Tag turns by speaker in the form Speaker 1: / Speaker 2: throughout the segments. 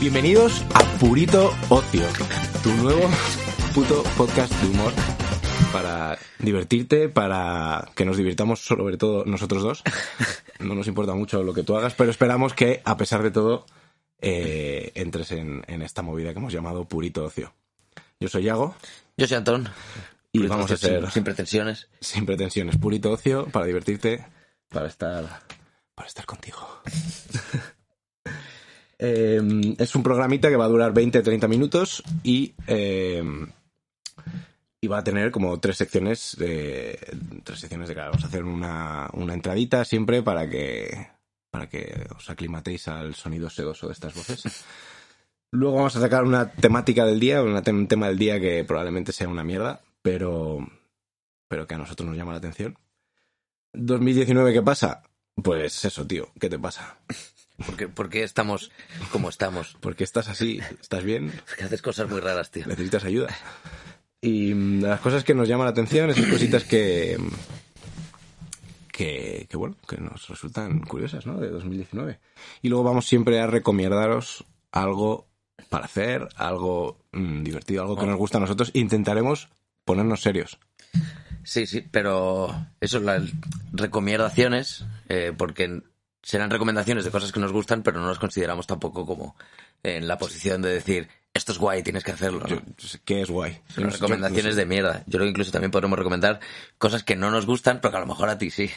Speaker 1: Bienvenidos a Purito Ocio, tu nuevo puto podcast de humor para divertirte, para que nos divirtamos sobre todo nosotros dos. No nos importa mucho lo que tú hagas, pero esperamos que, a pesar de todo, eh, entres en, en esta movida que hemos llamado Purito Ocio. Yo soy Yago
Speaker 2: Yo soy Antón.
Speaker 1: y
Speaker 2: Purito
Speaker 1: vamos a
Speaker 2: ocio,
Speaker 1: ser
Speaker 2: Sin, sin pretensiones.
Speaker 1: sin pretensiones, Purito Ocio, para divertirte, para estar, para estar contigo. Eh, es un programita que va a durar 20-30 minutos y, eh, y va a tener como tres secciones de, tres secciones de cara. Vamos a hacer una, una entradita siempre para que, para que os aclimatéis al sonido sedoso de estas voces. Luego vamos a sacar una temática del día, una tem- un tema del día que probablemente sea una mierda, pero, pero que a nosotros nos llama la atención. 2019, ¿qué pasa? Pues eso, tío, ¿qué te pasa?
Speaker 2: Porque, porque estamos como estamos.
Speaker 1: ¿Por qué estás así? ¿Estás bien?
Speaker 2: Es que haces cosas muy raras, tío.
Speaker 1: ¿Necesitas ayuda? Y mm, las cosas que nos llaman la atención, esas cositas que, que, que, bueno, que nos resultan curiosas, ¿no? De 2019. Y luego vamos siempre a recomendaros algo para hacer, algo mm, divertido, algo que nos gusta a nosotros. Intentaremos ponernos serios.
Speaker 2: Sí, sí, pero eso, las recomendaciones, eh, porque serán recomendaciones de cosas que nos gustan, pero no nos consideramos tampoco como eh, en la posición de decir, esto es guay, tienes que hacerlo. ¿no?
Speaker 1: Yo- que es guay. Yo
Speaker 2: Son
Speaker 1: no sé- yo-
Speaker 2: recomendaciones de mierda. Yo creo que incluso también podremos recomendar cosas que no nos gustan, pero que a lo mejor a ti sí.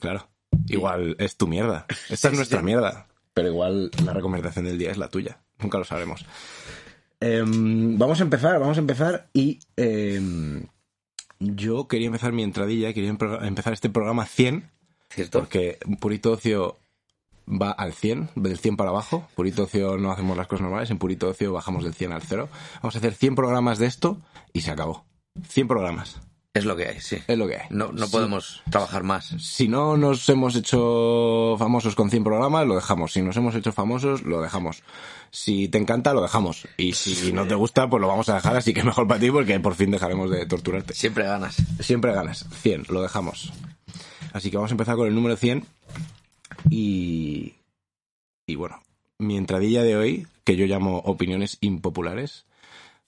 Speaker 1: Claro. Igual es tu mierda. Esta es nuestra mierda. Pero igual la recomendación del día es la tuya. Nunca lo sabremos. Em, vamos a empezar, vamos a empezar. Y em, yo quería empezar mi entradilla, quería empro- empezar este programa 100,
Speaker 2: ¿Cierto?
Speaker 1: porque Purito Ocio va al 100, del 100 para abajo. Purito Ocio no hacemos las cosas normales, en Purito Ocio bajamos del 100 al 0. Vamos a hacer 100 programas de esto y se acabó. 100 programas,
Speaker 2: Es lo que hay, sí.
Speaker 1: es lo que hay.
Speaker 2: No, no
Speaker 1: Eh, Sí.
Speaker 2: podemos trabajar más.
Speaker 1: Si no nos hemos hecho famosos con 100 programas, lo dejamos. Si nos hemos hecho famosos, lo dejamos. Si te encanta, lo dejamos. Y si no te gusta, pues lo vamos a dejar. Así que mejor para ti porque por fin dejaremos de torturarte.
Speaker 2: Siempre ganas.
Speaker 1: Siempre ganas. 100, lo dejamos. Así que vamos a empezar con el número 100. Y... Y bueno, mi entradilla de hoy, que yo llamo opiniones impopulares,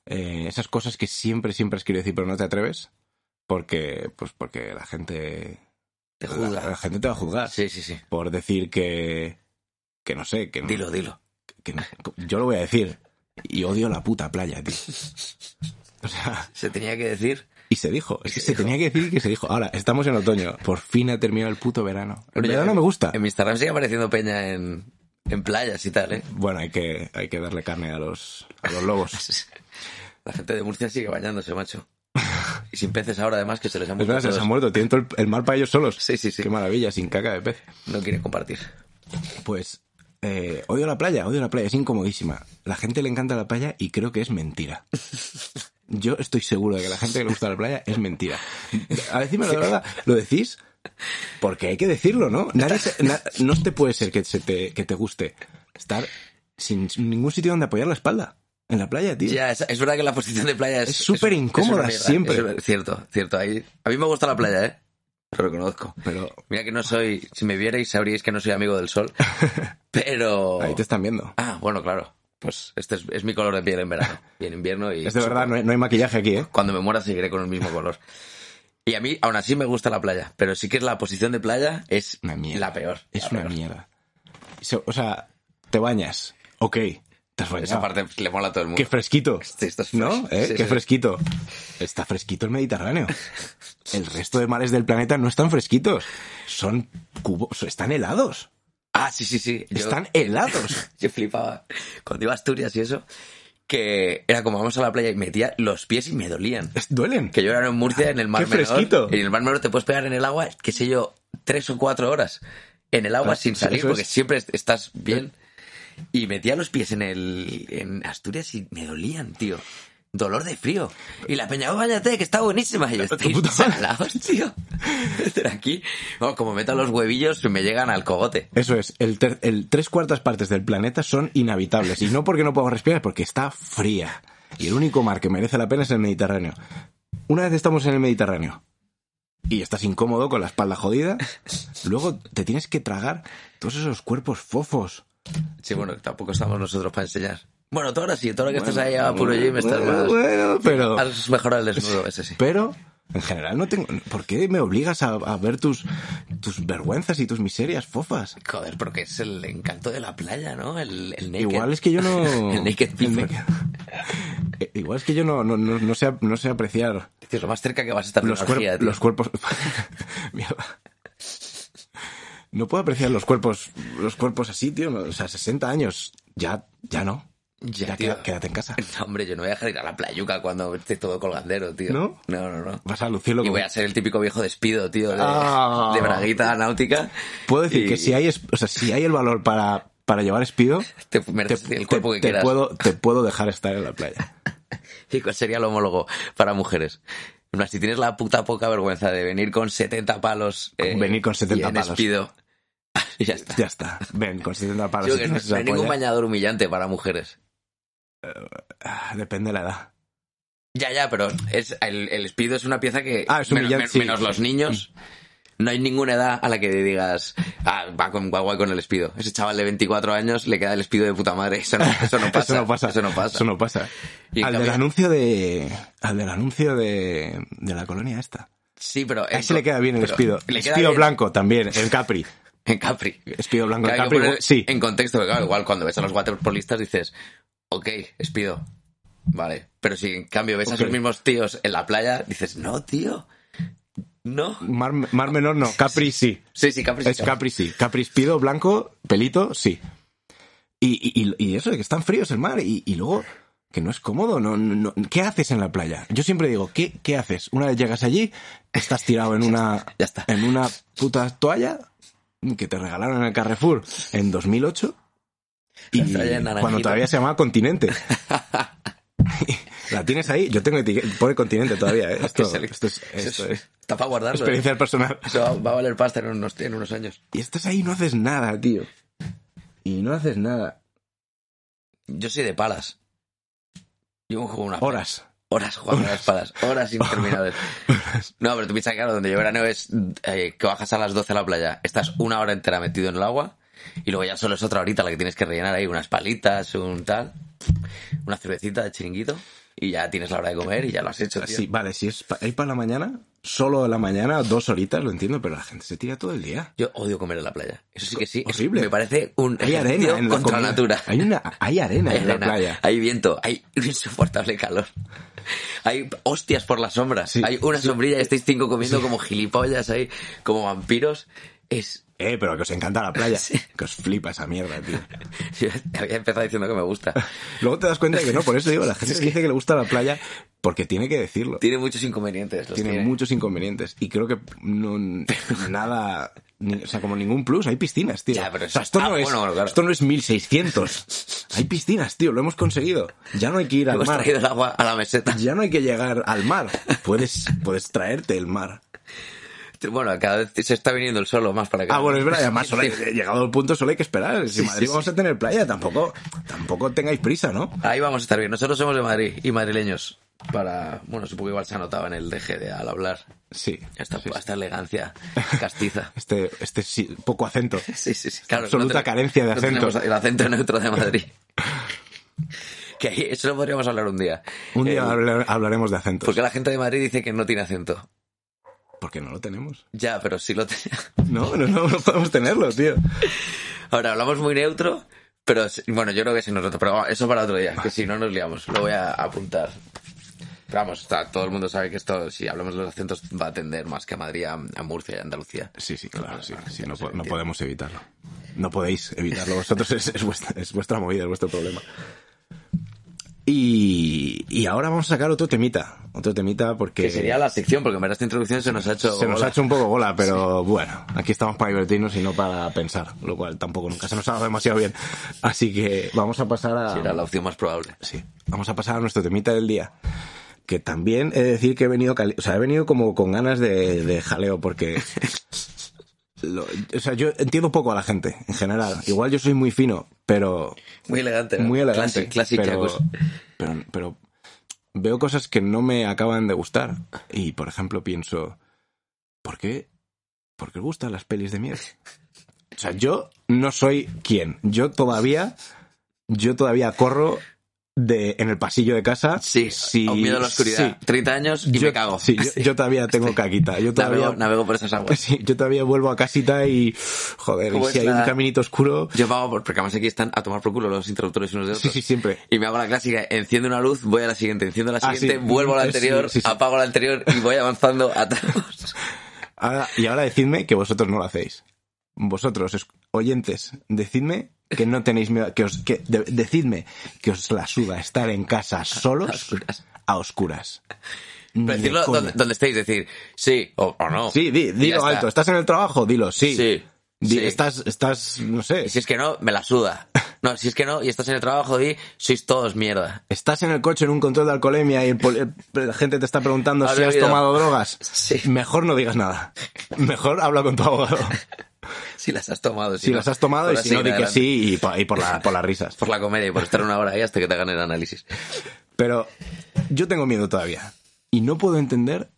Speaker 1: eh, esas cosas que siempre, siempre has querido decir pero no te atreves, porque, pues porque la gente
Speaker 2: Te
Speaker 1: la, la
Speaker 2: juzga.
Speaker 1: gente te va a juzgar
Speaker 2: Sí, sí, sí.
Speaker 1: por decir que. que no sé, que no.
Speaker 2: Dilo, dilo.
Speaker 1: que no- yo lo voy a decir. Y odio la puta playa, tío. O sea,
Speaker 2: Se tenía que decir.
Speaker 1: y se dijo. Es que
Speaker 2: Se
Speaker 1: se
Speaker 2: dijo.
Speaker 1: tenía que decir que se dijo. Ahora, estamos en otoño. Por fin ha terminado el puto verano. El verano
Speaker 2: eh,
Speaker 1: me gusta.
Speaker 2: En mi Instagram sigue apareciendo peña en, en playas y tal, ¿eh?
Speaker 1: Bueno, hay que, hay que darle carne a los, a los lobos. Es
Speaker 2: La gente de Murcia sigue bañándose, macho. Y sin peces ahora, además, que se les han muerto.
Speaker 1: verdad, se les ha
Speaker 2: todos.
Speaker 1: muerto. Tienen todo el, el mar para ellos solos.
Speaker 2: Sí, sí, sí.
Speaker 1: Qué maravilla, sin caca de pez.
Speaker 2: No quieren compartir.
Speaker 1: Pues eh, odio la playa, odio la playa, es incomodísima. La gente le encanta la playa y creo que es mentira. Yo estoy seguro de que la gente que le gusta la playa es mentira. A decirme la verdad, ¿lo decís? Porque hay que decirlo, ¿no? Nadie se- na- no te puede ser que, se te, que te guste estar sin ningún sitio donde apoyar la espalda. En la playa, tío.
Speaker 2: Ya, es, es verdad que la posición de playa es...
Speaker 1: Es súper
Speaker 2: una
Speaker 1: incómoda
Speaker 2: mierda.
Speaker 1: siempre.
Speaker 2: Es una- cierto, cierto. Ahí, a mí me gusta la playa, ¿eh? Lo reconozco.
Speaker 1: Pero
Speaker 2: Mira que no soy... Si me vierais sabríais que no soy amigo del sol. Pero...
Speaker 1: ahí te están viendo.
Speaker 2: Ah, bueno, claro. Pues este es, es mi color de piel en verano. Y en invierno y...
Speaker 1: Es de verdad, no hay, no hay maquillaje aquí, ¿eh?
Speaker 2: Cuando me muera seguiré con el mismo color. Y a mí, aún así, me gusta la playa. Pero sí que la posición de playa es
Speaker 1: Una mierda.
Speaker 2: la peor.
Speaker 1: Es
Speaker 2: la
Speaker 1: una
Speaker 2: peor.
Speaker 1: mierda. Se- O sea, te bañas. Ok. Te has
Speaker 2: Esa
Speaker 1: bañado.
Speaker 2: parte pues, le mola a todo el mundo.
Speaker 1: Qué fresquito.
Speaker 2: Sí, esto es fresh.
Speaker 1: ¿No? ¿Eh?
Speaker 2: Sí,
Speaker 1: Qué
Speaker 2: sí.
Speaker 1: fresquito. Está fresquito el Mediterráneo. El resto de mares del planeta no están fresquitos. Son cubos, están helados.
Speaker 2: Ah, sí, sí, sí. Yo,
Speaker 1: Están helados.
Speaker 2: yo flipaba cuando iba a Asturias y eso, que era como vamos a la playa y metía los pies y me dolían.
Speaker 1: Es- Duelen.
Speaker 2: Que yo era en Murcia, en el
Speaker 1: Ah,
Speaker 2: Mar
Speaker 1: Qué
Speaker 2: Menor.
Speaker 1: fresquito.
Speaker 2: Y en el Mar Menor te puedes pegar en el agua, qué sé yo, tres o cuatro horas en el agua
Speaker 1: Ah,
Speaker 2: sin
Speaker 1: eso-
Speaker 2: salir,
Speaker 1: eso es.
Speaker 2: porque siempre est- estás bien. Y metía los pies en el en Asturias y me dolían, tío. Dolor de frío. Y la peña, "Oh, váyate, que está buenísima. Y yo estoy
Speaker 1: puta madre".
Speaker 2: salados, tío. Pero aquí, vamos, como meto los huevillos, me llegan al cogote.
Speaker 1: Eso es, el, ter- el tres cuartas partes del planeta son inhabitables. Y no porque no podamos respirar, porque está fría. Y el único mar que merece la pena es el Mediterráneo. Una vez estamos en el Mediterráneo y estás incómodo con la espalda jodida, luego te tienes que tragar todos esos cuerpos fofos.
Speaker 2: Sí, bueno, tampoco estamos nosotros para enseñar. Bueno, tú ahora sí, tú ahora que
Speaker 1: Bueno,
Speaker 2: estás ahí a puro
Speaker 1: bueno,
Speaker 2: gym estás
Speaker 1: bueno,
Speaker 2: más.
Speaker 1: bueno, pero-
Speaker 2: Has mejorado el desnudo, ese sí.
Speaker 1: Pero, en general, no tengo. ¿Por qué me obligas a, a ver tus, tus vergüenzas y tus miserias, fofas?
Speaker 2: Joder, porque es el encanto de la playa, ¿no? El, el naked.
Speaker 1: Igual es que yo no.
Speaker 2: el naked people.
Speaker 1: El naked- Eh, Igual es que yo no, no, no, no sé, no sé apreciar
Speaker 2: Es decir, lo más cerca que vas a estar de
Speaker 1: los,
Speaker 2: una orgía,
Speaker 1: cuerp-
Speaker 2: tío.
Speaker 1: los cuerpos. Mierda. No puedo apreciar los cuerpos, los cuerpos así, tío. no, O sea, 60 años. Ya, ya no.
Speaker 2: Ya,
Speaker 1: Ya
Speaker 2: tío.
Speaker 1: queda- quédate en casa.
Speaker 2: No, hombre, yo no voy a dejar ir a la playuca cuando esté todo colgandero, tío.
Speaker 1: ¿No?
Speaker 2: No, no, no.
Speaker 1: Vas a lucirlo
Speaker 2: Y
Speaker 1: como-
Speaker 2: voy a ser el típico viejo despido, tío, de,
Speaker 1: Ah.
Speaker 2: de braguita náutica.
Speaker 1: Puedo decir
Speaker 2: Y
Speaker 1: que si hay, es- o sea, si hay el valor para, para llevar espido,
Speaker 2: Te mereces el cuerpo
Speaker 1: Pues
Speaker 2: que
Speaker 1: te
Speaker 2: quieras.
Speaker 1: puedo, te puedo dejar estar en la playa.
Speaker 2: ¿Y cuál sería el homólogo para mujeres? En plan, Si tienes la puta poca vergüenza de venir con 70 palos. eh,
Speaker 1: Venir con 70
Speaker 2: y en
Speaker 1: palos.
Speaker 2: Despido. ya está.
Speaker 1: Ya está. Ven, considera para
Speaker 2: Yo
Speaker 1: si
Speaker 2: que no,
Speaker 1: tienes
Speaker 2: no
Speaker 1: esa
Speaker 2: hay ningún
Speaker 1: polla.
Speaker 2: bañador humillante para mujeres.
Speaker 1: Ah, Depende de la edad.
Speaker 2: Ya, ya, pero es, el, el Speedo es una pieza que.
Speaker 1: Ah, es
Speaker 2: menos,
Speaker 1: humillante,
Speaker 2: men-
Speaker 1: sí.
Speaker 2: menos los niños. No hay ninguna edad a la que digas, ah, va con guay, guay con el espido. Ese chaval de 24 años le queda el espido de puta madre. Eso no, eso no pasa.
Speaker 1: eso no pasa.
Speaker 2: Eso no pasa.
Speaker 1: Eso no pasa.
Speaker 2: Y en
Speaker 1: Al
Speaker 2: cambio-
Speaker 1: del anuncio de. Al del anuncio de. de la colonia esta.
Speaker 2: Sí, pero.
Speaker 1: A ese le queda bien el
Speaker 2: pero
Speaker 1: espido.
Speaker 2: le queda
Speaker 1: Espido
Speaker 2: bien
Speaker 1: blanco también, el Capri.
Speaker 2: En Capri.
Speaker 1: Espido blanco, el
Speaker 2: Claro, hay que
Speaker 1: Capri.
Speaker 2: poner
Speaker 1: Sí.
Speaker 2: En contexto, porque claro, igual cuando ves a los waterpolistas dices, ok, espido. Vale. Pero si en cambio ves
Speaker 1: Ok.
Speaker 2: a esos mismos tíos en la playa, dices, no, tío. No.
Speaker 1: Mar, Mar menor no, Capri sí.
Speaker 2: Sí, sí, Capri. sí,
Speaker 1: Es Capri sí. Capri espido blanco, pelito, sí. Y, y- y- y eso de que están fríos el mar y, y luego que no es cómodo. No, no- no- ¿Qué haces en la playa? Yo siempre digo, ¿qué, qué haces? Una vez llegas allí, estás tirado en una,
Speaker 2: ya está.
Speaker 1: en una puta toalla que te regalaron en el Carrefour en 2008 y
Speaker 2: La toalla naranjita.
Speaker 1: cuando todavía se llamaba Continente. La tienes ahí, yo tengo etiqueta, pone Continente todavía, ¿eh? esto,
Speaker 2: se le-
Speaker 1: esto es,
Speaker 2: Eso
Speaker 1: esto
Speaker 2: es-
Speaker 1: es
Speaker 2: Está para guardarlo. ¿eh?
Speaker 1: experiencia personal.
Speaker 2: Eso va, va a valer pasta en unos, en unos años.
Speaker 1: Y estás ahí y no haces nada, tío. Y no haces nada.
Speaker 2: Yo soy de palas. Yo juego una
Speaker 1: Horas.
Speaker 2: horas jugando a las palas, horas interminables. No, pero tú piensas que claro, donde yo veraneo es eh, que bajas a las 12 a la playa, estás una hora entera metido en el agua y luego ya solo es otra horita la que tienes que rellenar ahí, unas palitas, un tal, una cervecita de chiringuito y ya tienes la hora de comer y ya lo has hecho, tío.
Speaker 1: Sí, vale, si es pa- ir para la mañana, solo a la mañana, dos horitas, lo entiendo, pero la gente se tira todo el día.
Speaker 2: Yo odio comer en la playa. Eso sí que sí. es-
Speaker 1: Horrible.
Speaker 2: me parece un
Speaker 1: Hay arena
Speaker 2: ejercicio
Speaker 1: en la
Speaker 2: contra
Speaker 1: comida.
Speaker 2: la natura.
Speaker 1: Hay, una, hay arena
Speaker 2: Hay
Speaker 1: en
Speaker 2: arena,
Speaker 1: la playa.
Speaker 2: hay viento, hay un insoportable calor. Hay hostias por las sombras.
Speaker 1: Sí.
Speaker 2: hay una sombrilla y estáis cinco comiendo como gilipollas ahí, como vampiros. Es.
Speaker 1: Eh, pero que os encanta la playa. Que os flipa esa mierda, tío.
Speaker 2: Yo había empezado diciendo que me gusta.
Speaker 1: Luego te das cuenta que no, por eso digo, la gente dice que le gusta la playa porque tiene que decirlo.
Speaker 2: Tiene muchos inconvenientes. los
Speaker 1: Tiene, muchos inconvenientes y creo que no, nada, ni- o sea, como ningún plus, hay piscinas, tío.
Speaker 2: Ya, pero
Speaker 1: O sea,
Speaker 2: eso-
Speaker 1: esto,
Speaker 2: ah,
Speaker 1: no es,
Speaker 2: bueno, bueno, claro.
Speaker 1: esto no es 1600. Hay piscinas, tío, lo hemos conseguido. Ya no hay que ir al
Speaker 2: Hemos
Speaker 1: mar.
Speaker 2: traído el agua a la meseta.
Speaker 1: Ya no hay que llegar al mar. Puedes, puedes traerte el mar.
Speaker 2: Bueno, cada vez se está viniendo el solo más para acá.
Speaker 1: Ah, bueno, es verdad, además solo hay- llegado al punto solo hay que esperar. Si
Speaker 2: Sí,
Speaker 1: Madrid
Speaker 2: sí,
Speaker 1: vamos a tener playa, tampoco, tampoco tengáis prisa, ¿no?
Speaker 2: Ahí vamos a estar bien. Nosotros somos de Madrid y madrileños. Para. Bueno, supongo que igual se anotaba en el DG de al hablar.
Speaker 1: Sí.
Speaker 2: Esta, esta elegancia castiza.
Speaker 1: Este, este sí, poco acento.
Speaker 2: Sí, sí, sí. Claro,
Speaker 1: Absoluta carencia de
Speaker 2: no tenemos
Speaker 1: acento.
Speaker 2: el acento neutro de Madrid. que ahí, eso lo podríamos hablar un día.
Speaker 1: Un día
Speaker 2: Eh,
Speaker 1: habla- hablaremos de acentos.
Speaker 2: porque la gente de Madrid dice que no tiene acento.
Speaker 1: Porque no lo tenemos.
Speaker 2: Ya, pero sí lo tiene.
Speaker 1: No, no, no, no podemos tenerlo, tío.
Speaker 2: Ahora hablamos muy neutro, pero sí- bueno, yo creo que sí nosotros. Pero vamos, eso para otro día, que si no nos liamos. Lo voy a apuntar. Pero vamos, está- todo el mundo sabe que esto, si hablamos de los acentos, va a tender más que a Madrid, a, a Murcia y a Andalucía.
Speaker 1: Sí, sí, claro, sí. sí,
Speaker 2: no
Speaker 1: no,
Speaker 2: se
Speaker 1: po- no
Speaker 2: entiende.
Speaker 1: podemos evitarlo. No podéis evitarlo vosotros, es, es vuestra, es vuestra movida, es vuestro problema. Y, y ahora vamos a sacar otro temita, otro temita porque
Speaker 2: Que sería la sección, porque en verdad esta introducción se nos ha hecho.
Speaker 1: se nos
Speaker 2: bola.
Speaker 1: ha hecho un poco bola, pero bueno, aquí estamos para divertirnos y no para pensar, lo cual tampoco nunca se nos ha dado demasiado bien. Así que vamos a pasar a...
Speaker 2: Era la opción más probable.
Speaker 1: Sí, vamos a pasar a nuestro temita del día. Que también he de decir que he venido, cali- o sea, he venido como con ganas de, de jaleo, porque. lo- o sea, yo entiendo poco a la gente, en general. Igual yo soy muy fino, pero.
Speaker 2: Muy elegante. ¿no?
Speaker 1: Muy elegante.
Speaker 2: Classic, classic
Speaker 1: pero,
Speaker 2: Jacobs.
Speaker 1: pero, pero veo cosas que no me acaban de gustar. Y, por ejemplo, pienso. ¿Por qué? ¿Por qué os gustan las pelis de miedo? O sea, yo no soy quien. Yo todavía. Yo todavía corro de, en el pasillo de casa.
Speaker 2: Sí,
Speaker 1: sí.
Speaker 2: un miedo a la oscuridad.
Speaker 1: sí.
Speaker 2: 30 años y
Speaker 1: yo,
Speaker 2: me cago.
Speaker 1: sí, yo, yo todavía tengo caquita. Yo todavía,
Speaker 2: Navego, navego por esas aguas.
Speaker 1: sí, yo todavía vuelvo a casita y, joder, y
Speaker 2: ¿Cómo
Speaker 1: si
Speaker 2: es
Speaker 1: hay un
Speaker 2: la-
Speaker 1: caminito oscuro.
Speaker 2: Yo pago por, porque además aquí están a tomar por culo los interruptores unos de otros.
Speaker 1: Sí, sí, siempre.
Speaker 2: Y me hago la clásica, enciendo una luz, voy a la siguiente, enciendo la
Speaker 1: Ah,
Speaker 2: siguiente,
Speaker 1: sí.
Speaker 2: vuelvo a la
Speaker 1: Sí,
Speaker 2: anterior,
Speaker 1: sí, sí.
Speaker 2: apago la anterior y voy avanzando a todos.
Speaker 1: Ahora- Ah, y ahora decidme que vosotros no lo hacéis. Vosotros, es- oyentes, decidme que no tenéis miedo, que os, que, de- decidme que os la suda estar en casa solos a oscuras. Ni de
Speaker 2: Pero decirlo
Speaker 1: coña.
Speaker 2: donde, donde estéis, decir sí o, o no.
Speaker 1: Sí, di-
Speaker 2: Y ya
Speaker 1: dilo
Speaker 2: está.
Speaker 1: alto. ¿Estás en el trabajo? Dilo, sí.
Speaker 2: Sí,
Speaker 1: Di-
Speaker 2: sí.
Speaker 1: Estás, estás, no sé.
Speaker 2: Y si es que no, me la suda. No, si es que no, y estás en el trabajo y sois todos mierda.
Speaker 1: Estás en el coche en un control de alcoholemia y el pol- el- la gente te está preguntando
Speaker 2: Has
Speaker 1: si has
Speaker 2: bebido.
Speaker 1: tomado drogas.
Speaker 2: Sí.
Speaker 1: Mejor no digas nada. Mejor habla con tu abogado.
Speaker 2: Si las has tomado.
Speaker 1: Si
Speaker 2: no,
Speaker 1: las has tomado y
Speaker 2: ahora
Speaker 1: si no, di
Speaker 2: sigue
Speaker 1: que
Speaker 2: Pues adelante.
Speaker 1: sí y, pa- y por, la- por las risas.
Speaker 2: Por la comedia y por estar una hora ahí hasta que te hagan el análisis.
Speaker 1: Pero yo tengo miedo todavía. Y no puedo entender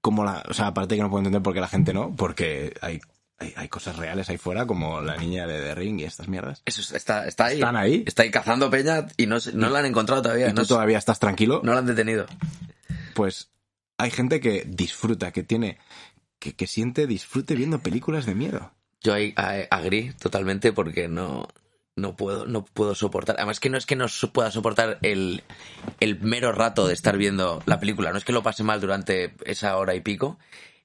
Speaker 1: cómo la. O sea, aparte que no puedo entender por qué la gente no, porque hay, hay, hay cosas reales ahí fuera, como la niña de The Ring y estas mierdas.
Speaker 2: Eso es- está, está ahí.
Speaker 1: Están ahí.
Speaker 2: Está ahí cazando peña y no, se- no la han encontrado todavía.
Speaker 1: Y
Speaker 2: No,
Speaker 1: tú
Speaker 2: se-
Speaker 1: todavía estás tranquilo.
Speaker 2: no la han detenido.
Speaker 1: Pues hay gente que disfruta, que tiene. Que, que siente disfrute viendo películas de miedo.
Speaker 2: Yo ahí a- agri totalmente porque no, no, puedo, no puedo soportar. Además que no es que no so- pueda soportar el, el mero rato de estar viendo la película. No es que lo pase mal durante esa hora y pico.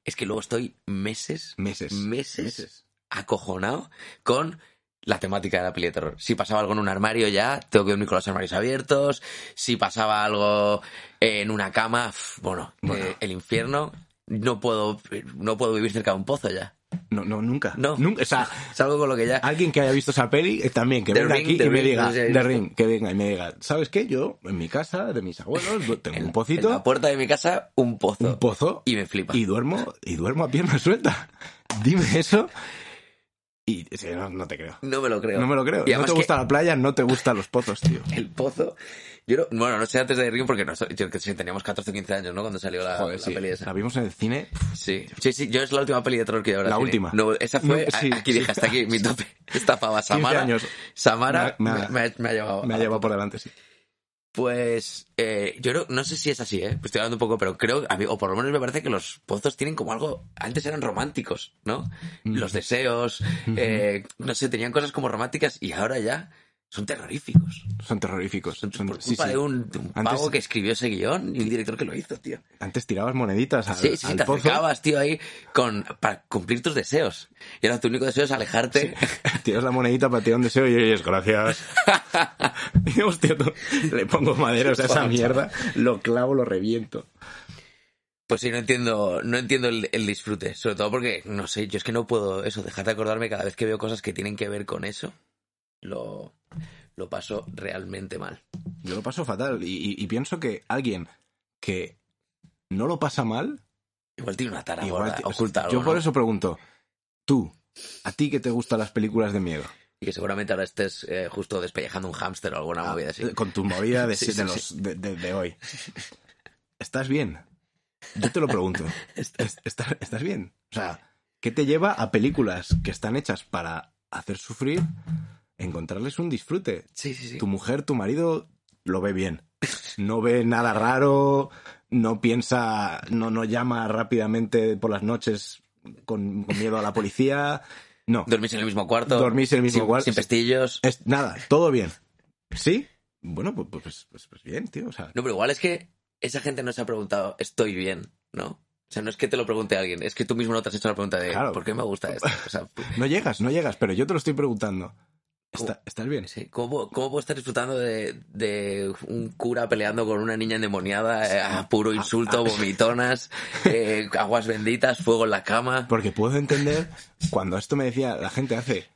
Speaker 2: Es que luego estoy meses,
Speaker 1: Meses.
Speaker 2: meses, acojonado con la temática de la peli de terror. Si pasaba algo en un armario ya, tengo que dormir con los armarios abiertos. Si pasaba algo en una cama, f- bueno, eh, el infierno. No puedo, no puedo vivir cerca de un pozo ya.
Speaker 1: No, no, nunca.
Speaker 2: No.
Speaker 1: Nunca. O sea,
Speaker 2: Es algo con lo que ya.
Speaker 1: alguien que haya visto esa peli eh, también, que
Speaker 2: The
Speaker 1: venga
Speaker 2: Ring,
Speaker 1: aquí
Speaker 2: The
Speaker 1: y me
Speaker 2: Ring,
Speaker 1: diga,
Speaker 2: no sé si
Speaker 1: The
Speaker 2: has visto.
Speaker 1: Ring, que venga y me diga, ¿sabes qué? Yo, en mi casa, de mis abuelos, du- tengo un
Speaker 2: En
Speaker 1: pocito,
Speaker 2: la puerta de mi casa, un pozo.
Speaker 1: un pozo,
Speaker 2: Y me flipa.
Speaker 1: y duermo, y duermo a pierna suelta. Dime eso. Y sí, no, no te creo.
Speaker 2: No me lo creo.
Speaker 1: No me lo creo.
Speaker 2: Y
Speaker 1: no
Speaker 2: además
Speaker 1: te
Speaker 2: que
Speaker 1: gusta la playa, no te gustan los pozos, tío.
Speaker 2: el pozo. Yo no- bueno, no sé antes de Ring porque no, so- yo que sé, teníamos 14 o 15 años, ¿no? Cuando salió la,
Speaker 1: Joder,
Speaker 2: la
Speaker 1: sí.
Speaker 2: peli esa.
Speaker 1: La vimos en el cine.
Speaker 2: Sí. sí, sí, yo es la última peli de terror que yo ahora
Speaker 1: La
Speaker 2: cine.
Speaker 1: última.
Speaker 2: No, esa fue,
Speaker 1: No, sí,
Speaker 2: a- aquí
Speaker 1: sí.
Speaker 2: dije, hasta aquí, mi tope. Esta pava,
Speaker 1: 15
Speaker 2: Samara.
Speaker 1: años.
Speaker 2: Samara
Speaker 1: Me
Speaker 2: me,
Speaker 1: ha- me ha-
Speaker 2: me ha, me ha llevado.
Speaker 1: Me ha
Speaker 2: a-
Speaker 1: llevado por delante, sí.
Speaker 2: Pues eh, yo creo, no sé si es así, ¿eh? Pues estoy hablando un poco, pero creo, a mí- o por lo menos me parece que los pozos tienen como algo, antes eran románticos, ¿no?
Speaker 1: Mm.
Speaker 2: Los deseos, eh, no sé, tenían cosas como románticas y ahora ya son terroríficos.
Speaker 1: Son terroríficos.
Speaker 2: Son
Speaker 1: Son-
Speaker 2: por
Speaker 1: sí,
Speaker 2: culpa
Speaker 1: sí.
Speaker 2: de un, de un
Speaker 1: Antes-
Speaker 2: pavo que escribió ese guión y un director que lo hizo, tío.
Speaker 1: Antes tirabas moneditas al,
Speaker 2: Sí, sí,
Speaker 1: al
Speaker 2: te
Speaker 1: pozo.
Speaker 2: acercabas, tío, ahí con, para cumplir tus deseos. Y ahora tu único deseo es alejarte.
Speaker 1: Tiras la monedita para tirar un deseo y oyes, gracias. Y, hostia, tú, le pongo maderos a esa mierda, lo clavo, lo reviento.
Speaker 2: Pues sí, no entiendo, no entiendo el, el disfrute. Sobre todo porque, no sé, yo es que no puedo eso, dejar de acordarme cada vez que veo cosas que tienen que ver con eso. Lo, lo paso realmente mal.
Speaker 1: Yo lo paso fatal y, y- y pienso que alguien que no lo pasa mal,
Speaker 2: Igual tiene una tara
Speaker 1: igual
Speaker 2: gorda,
Speaker 1: ti-
Speaker 2: oculta algo,
Speaker 1: Yo por
Speaker 2: ¿no?
Speaker 1: eso pregunto, tú, ¿a ti que te gustan las películas de miedo?
Speaker 2: Y que seguramente ahora estés eh, justo despellejando un hámster o alguna movida así.
Speaker 1: Eh, Con tu movida de,
Speaker 2: Ah, Sí,
Speaker 1: de
Speaker 2: sí,
Speaker 1: los, De, de- de hoy. ¿Estás bien? Yo te lo pregunto. ¿Est- ¿Estás, estás bien? O sea, ¿qué te lleva a películas que están hechas para hacer sufrir, encontrarles un disfrute?
Speaker 2: Sí, sí, sí.
Speaker 1: Tu mujer, tu marido, lo ve bien. No ve nada raro, no piensa, no, no llama rápidamente por las noches con, con miedo a la policía. No,
Speaker 2: Dormís en el mismo cuarto.
Speaker 1: dormís en el mismo
Speaker 2: sin,
Speaker 1: cuarto.
Speaker 2: Sin pestillos.
Speaker 1: Es- nada, todo bien. ¿Sí? Bueno, pues, pues- pues- pues bien, tío. O sea,
Speaker 2: No, pero igual es que esa gente no se ha preguntado, estoy bien, ¿no? O sea, no es que te lo pregunte alguien, es que tú mismo no te has hecho la pregunta de,
Speaker 1: Claro.
Speaker 2: ¿por qué me gusta esto? O sea, pues,
Speaker 1: no llegas, no llegas, pero yo te lo estoy preguntando. Está-
Speaker 2: ¿Cómo?
Speaker 1: ¿Estás bien?
Speaker 2: Sí, ¿Cómo, puedo- cómo puedo estar disfrutando de, de un cura peleando con una niña endemoniada eh, a
Speaker 1: Ah,
Speaker 2: puro insulto, vomitonas, eh, aguas benditas, fuego en la cama?
Speaker 1: Porque puedo entender cuando esto me decía la gente hace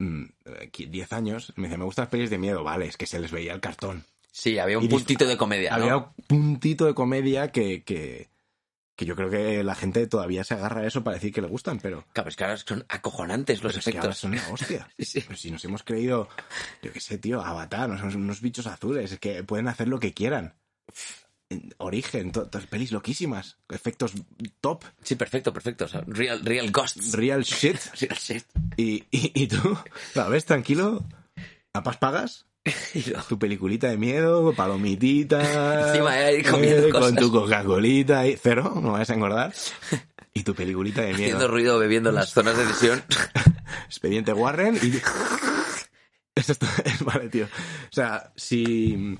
Speaker 1: mm, eh, qui- 10 años, me decía, me gustan las pelis de miedo, vale, es que se les veía el cartón.
Speaker 2: Sí, había
Speaker 1: Y
Speaker 2: un
Speaker 1: dis-
Speaker 2: puntito de comedia, ¿no?
Speaker 1: Había un puntito de comedia que, que, que yo creo que la gente todavía se agarra a eso para decir que le gustan, pero,
Speaker 2: Claro, es que ahora son acojonantes los
Speaker 1: pero es que ahora
Speaker 2: efectos.
Speaker 1: son una hostia.
Speaker 2: Sí, sí.
Speaker 1: Pero si nos hemos creído, yo qué sé, tío, Avatar, nos- unos, bichos azules, es que pueden hacer lo que quieran. En- Origen, to- todas pelis loquísimas, efectos top,
Speaker 2: Sí, perfecto, perfecto. o sea, real, real ghosts.
Speaker 1: real shit.
Speaker 2: Real shit.
Speaker 1: Y, y- y tú, la ves tranquilo, a paz pagas, Tu peliculita de miedo, palomitita.
Speaker 2: Encima, eh, ahí comiendo
Speaker 1: Con
Speaker 2: cosas.
Speaker 1: tu Coca-Colita ahí. Cero, no vayas a engordar. Y tu peliculita de
Speaker 2: Haciendo
Speaker 1: miedo.
Speaker 2: ruido, bebiendo las zonas de visión.
Speaker 1: Expediente Warren y. Eso está- Vale, tío. O sea, si.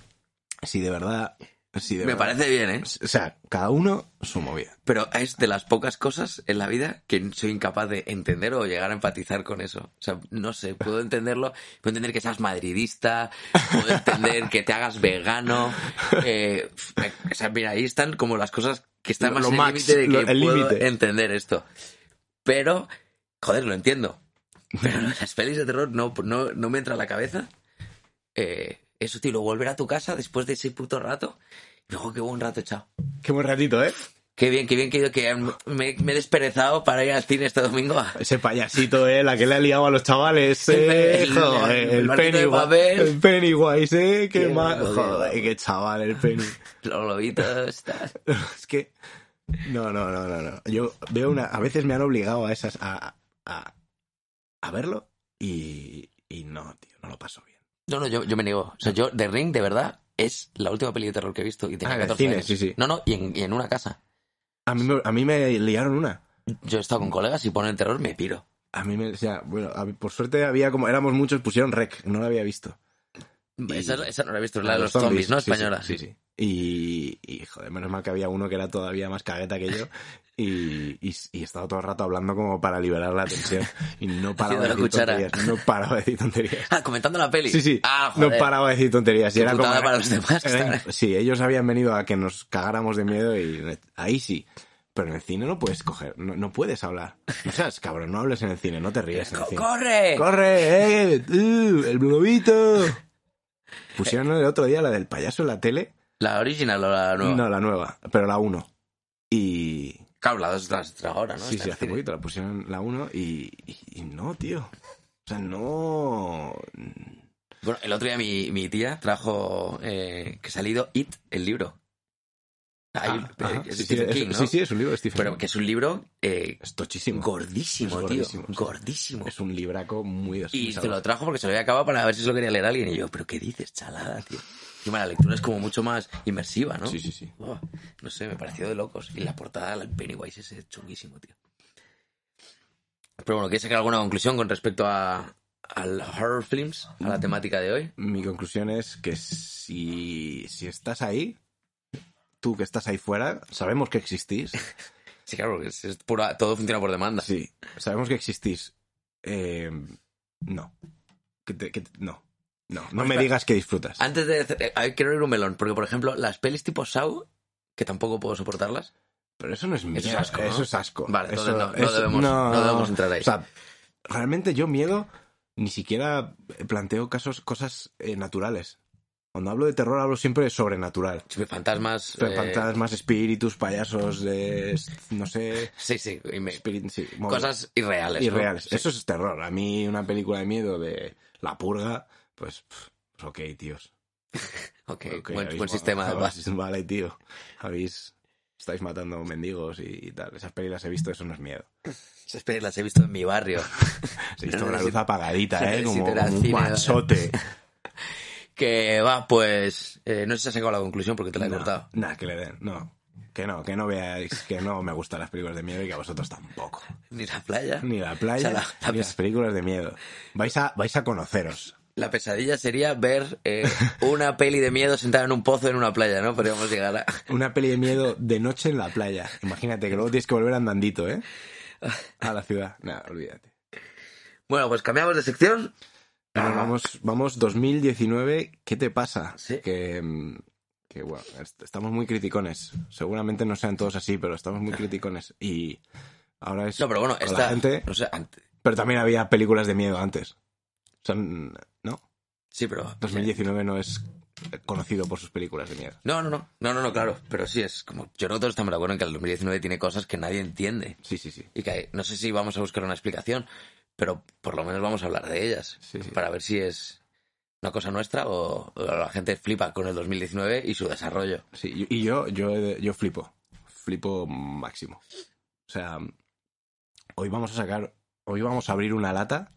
Speaker 1: Si de verdad. Si de
Speaker 2: Me
Speaker 1: verdad-
Speaker 2: parece bien, ¿eh?
Speaker 1: O sea, cada uno su movida.
Speaker 2: Pero es de las pocas cosas en la vida que soy incapaz de entender o llegar a empatizar con eso. O sea, no sé, puedo entenderlo, puedo entender que seas madridista, puedo entender que te hagas vegano. eh, me- o sea, mira, ahí están como las cosas que están
Speaker 1: Lo-
Speaker 2: más
Speaker 1: lo
Speaker 2: en el
Speaker 1: max,
Speaker 2: límite de que
Speaker 1: lo- el
Speaker 2: puedo
Speaker 1: límite.
Speaker 2: entender esto. Pero, joder, lo entiendo. Pero las pelis de terror no, no, no me entra a la cabeza. Eh, eso, tío, luego volver a tu casa después de ese puto rato. Y luego que hubo un rato echado.
Speaker 1: Qué buen ratito, ¿eh?
Speaker 2: Qué bien, qué bien que, que me, me he desperezado para ir al cine este domingo. a-
Speaker 1: Ese payasito, ¿eh? La que le ha liado a los chavales, ¿eh?
Speaker 2: El- el-
Speaker 1: Joder,
Speaker 2: el
Speaker 1: el,
Speaker 2: barquito de
Speaker 1: Pennywise.
Speaker 2: papel.
Speaker 1: El Pennywise, ¿eh? Qué
Speaker 2: Qué
Speaker 1: mal.
Speaker 2: loco,
Speaker 1: Joder,
Speaker 2: tío.
Speaker 1: qué chaval el Penny.
Speaker 2: Los lobitos, tal.
Speaker 1: es que. No, no, no, no, no. Yo veo una. A veces me han obligado a esas. a. a, a verlo y. y no, tío, no lo paso bien.
Speaker 2: No, no, yo, yo me niego. O sea, yo, The Ring, de verdad, es la última peli de terror que he visto. Y tenía
Speaker 1: Ah, en el
Speaker 2: 14
Speaker 1: cine,
Speaker 2: años.
Speaker 1: sí, sí.
Speaker 2: No, no, y en, y en una casa.
Speaker 1: A mí, me, a mí me liaron una.
Speaker 2: Yo he estado con colegas y ponen terror, me piro.
Speaker 1: A mí me. O sea, bueno, a mí- por suerte había como. Éramos muchos, pusieron rec. No la había visto. Y-
Speaker 2: Esa, esa no la he visto, la de los zombies, ¿no?
Speaker 1: Sí, sí,
Speaker 2: Española.
Speaker 1: Sí, sí. Y, y, joder, menos mal que había uno que era todavía más cagueta que yo. Y, y, y estaba todo el rato hablando como para liberar la tensión. Y no paraba de
Speaker 2: Haciendo
Speaker 1: decir
Speaker 2: la cuchara.
Speaker 1: tonterías. No paraba de decir tonterías.
Speaker 2: Ah, comentando la peli.
Speaker 1: Sí, sí.
Speaker 2: Ah,
Speaker 1: no
Speaker 2: joder.
Speaker 1: paraba de decir tonterías. Y
Speaker 2: Qué
Speaker 1: era como.
Speaker 2: putada para los demás,
Speaker 1: eran-
Speaker 2: estar-
Speaker 1: sí, ellos habían venido a que nos cagáramos de miedo y ahí sí. Pero en el cine no puedes coger, no, no puedes hablar. No seas cabrón, no hables en el cine, no te ríes en el
Speaker 2: Co-
Speaker 1: cine.
Speaker 2: ¡Corre!
Speaker 1: ¡Corre! ¡Eh! ¡Uh! ¡El globito! Pusieron el otro día la del payaso en la tele.
Speaker 2: La original o la nueva.
Speaker 1: No, la nueva, pero la 1. Y.
Speaker 2: Claro, la dos tras tras ahora, ¿no?
Speaker 1: sí,
Speaker 2: Está
Speaker 1: sí,
Speaker 2: en
Speaker 1: hace
Speaker 2: cine.
Speaker 1: poquito la pusieron la 1 y, y- y no, tío. O sea, no.
Speaker 2: Bueno, el otro día mi, mi tía trajo eh, que ha salido It, el libro. Ahí,
Speaker 1: Ah,
Speaker 2: eh,
Speaker 1: ajá.
Speaker 2: es
Speaker 1: sí, sí,
Speaker 2: Stephen
Speaker 1: es,
Speaker 2: King, ¿no?
Speaker 1: sí, sí, es un libro de Stephen
Speaker 2: Pero
Speaker 1: King.
Speaker 2: que es un libro eh,
Speaker 1: Es tochísimo.
Speaker 2: gordísimo,
Speaker 1: Es
Speaker 2: tío.
Speaker 1: gordísimo, sí.
Speaker 2: Gordísimo.
Speaker 1: Es un libraco muy de
Speaker 2: Y se lo trajo porque se lo había acabado para ver si se lo quería leer alguien. Y yo, ¿pero qué dices, chalada, tío? Encima la lectura es como mucho más inmersiva, ¿no?
Speaker 1: Sí, sí, sí.
Speaker 2: Buah, no sé, me pareció de locos. Y la portada del Pennywise es chunguísimo, tío. Pero bueno, ¿quieres sacar alguna conclusión con respecto a, al horror films? A la temática de hoy.
Speaker 1: Mi conclusión es que si, si estás ahí, tú que estás ahí fuera, sabemos que existís.
Speaker 2: Sí, claro, porque es, es pura, todo funciona por demanda.
Speaker 1: Sí, sabemos que existís. Eh, no. Que te- que te- no. No, no me
Speaker 2: espera.
Speaker 1: digas que disfrutas.
Speaker 2: Antes de... hacer- eh, eh, quiero abrir un melón, porque por ejemplo, las pelis tipo Saw, que tampoco puedo soportarlas.
Speaker 1: Pero eso no es miedo.
Speaker 2: es asco, ¿no?
Speaker 1: Eso es asco.
Speaker 2: Vale,
Speaker 1: Eso-
Speaker 2: entonces no, no
Speaker 1: eso-
Speaker 2: debemos- no debemos entrar ahí.
Speaker 1: O sea, realmente yo miedo ni siquiera planteo casos, cosas eh, naturales. Cuando hablo de terror hablo siempre de sobrenatural.
Speaker 2: Sí, Fantasmas...
Speaker 1: Pero
Speaker 2: eh,
Speaker 1: Fantasmas, espíritus, payasos, eh, no sé...
Speaker 2: Sí, sí, y me-
Speaker 1: espíritu- sí, móviles.
Speaker 2: cosas irreales. ¿no?
Speaker 1: irreales.
Speaker 2: Sí.
Speaker 1: Eso es terror. A mí una película de miedo de La Purga, pues, pff, pues ok, tíos.
Speaker 2: Ok,
Speaker 1: Ok,
Speaker 2: buen,
Speaker 1: habéis
Speaker 2: buen
Speaker 1: ma-
Speaker 2: sistema de
Speaker 1: habéis-
Speaker 2: base.
Speaker 1: Vale, tío. Habéis... Estáis matando mendigos y, y tal. Esas películas he visto, eso no es miedo.
Speaker 2: Esas pelis las he visto en mi barrio.
Speaker 1: Se hizo
Speaker 2: No
Speaker 1: una luz
Speaker 2: necesito- no
Speaker 1: apagadita, ¿eh? Como,
Speaker 2: necesito ir al
Speaker 1: como un
Speaker 2: cine,
Speaker 1: machote.
Speaker 2: Que va, pues... eh, no sé si has sacado la conclusión porque te la he cortado.
Speaker 1: Nada, que le den. No. Que no, que no veáis, que no me gustan las películas de miedo y que a vosotros tampoco.
Speaker 2: Ni la playa.
Speaker 1: Ni la playa,
Speaker 2: O sea, la- la
Speaker 1: ni las películas de miedo. Vais a, vais a conoceros.
Speaker 2: La pesadilla sería ver eh, una peli de miedo sentada en un pozo en una playa, ¿no? Podríamos llegar a...
Speaker 1: Una peli de miedo de noche en la playa. Imagínate que luego tienes que volver andandito, ¿eh? A la ciudad. Nada, olvídate.
Speaker 2: Bueno, pues cambiamos de sección.
Speaker 1: Bueno, vamos, vamos, 2019, ¿qué te pasa?
Speaker 2: Sí.
Speaker 1: Que, mm, que, bueno, est- estamos muy criticones. Seguramente no sean todos así, pero estamos muy criticones. Y ahora es
Speaker 2: No, pero bueno,
Speaker 1: con la
Speaker 2: esta...
Speaker 1: gente,
Speaker 2: o sea, ante-
Speaker 1: pero también había películas de miedo antes. Son, ¿no?
Speaker 2: Sí, pero...
Speaker 1: 2019 no es conocido por sus películas de miedo.
Speaker 2: No, no, no, no, no, no, claro, pero sí es como, yo creo que todos estamos de acuerdo en que el 2019 tiene cosas que nadie entiende
Speaker 1: Sí, sí, sí.
Speaker 2: y que no sé si vamos a buscar una explicación, pero por lo menos vamos a hablar de ellas
Speaker 1: Sí, sí.
Speaker 2: para ver si es una cosa nuestra o, o la gente flipa con el 2019 y su desarrollo.
Speaker 1: Sí, y y yo, yo, yo flipo. Flipo máximo. O sea, hoy vamos a sacar. Hoy vamos a abrir una lata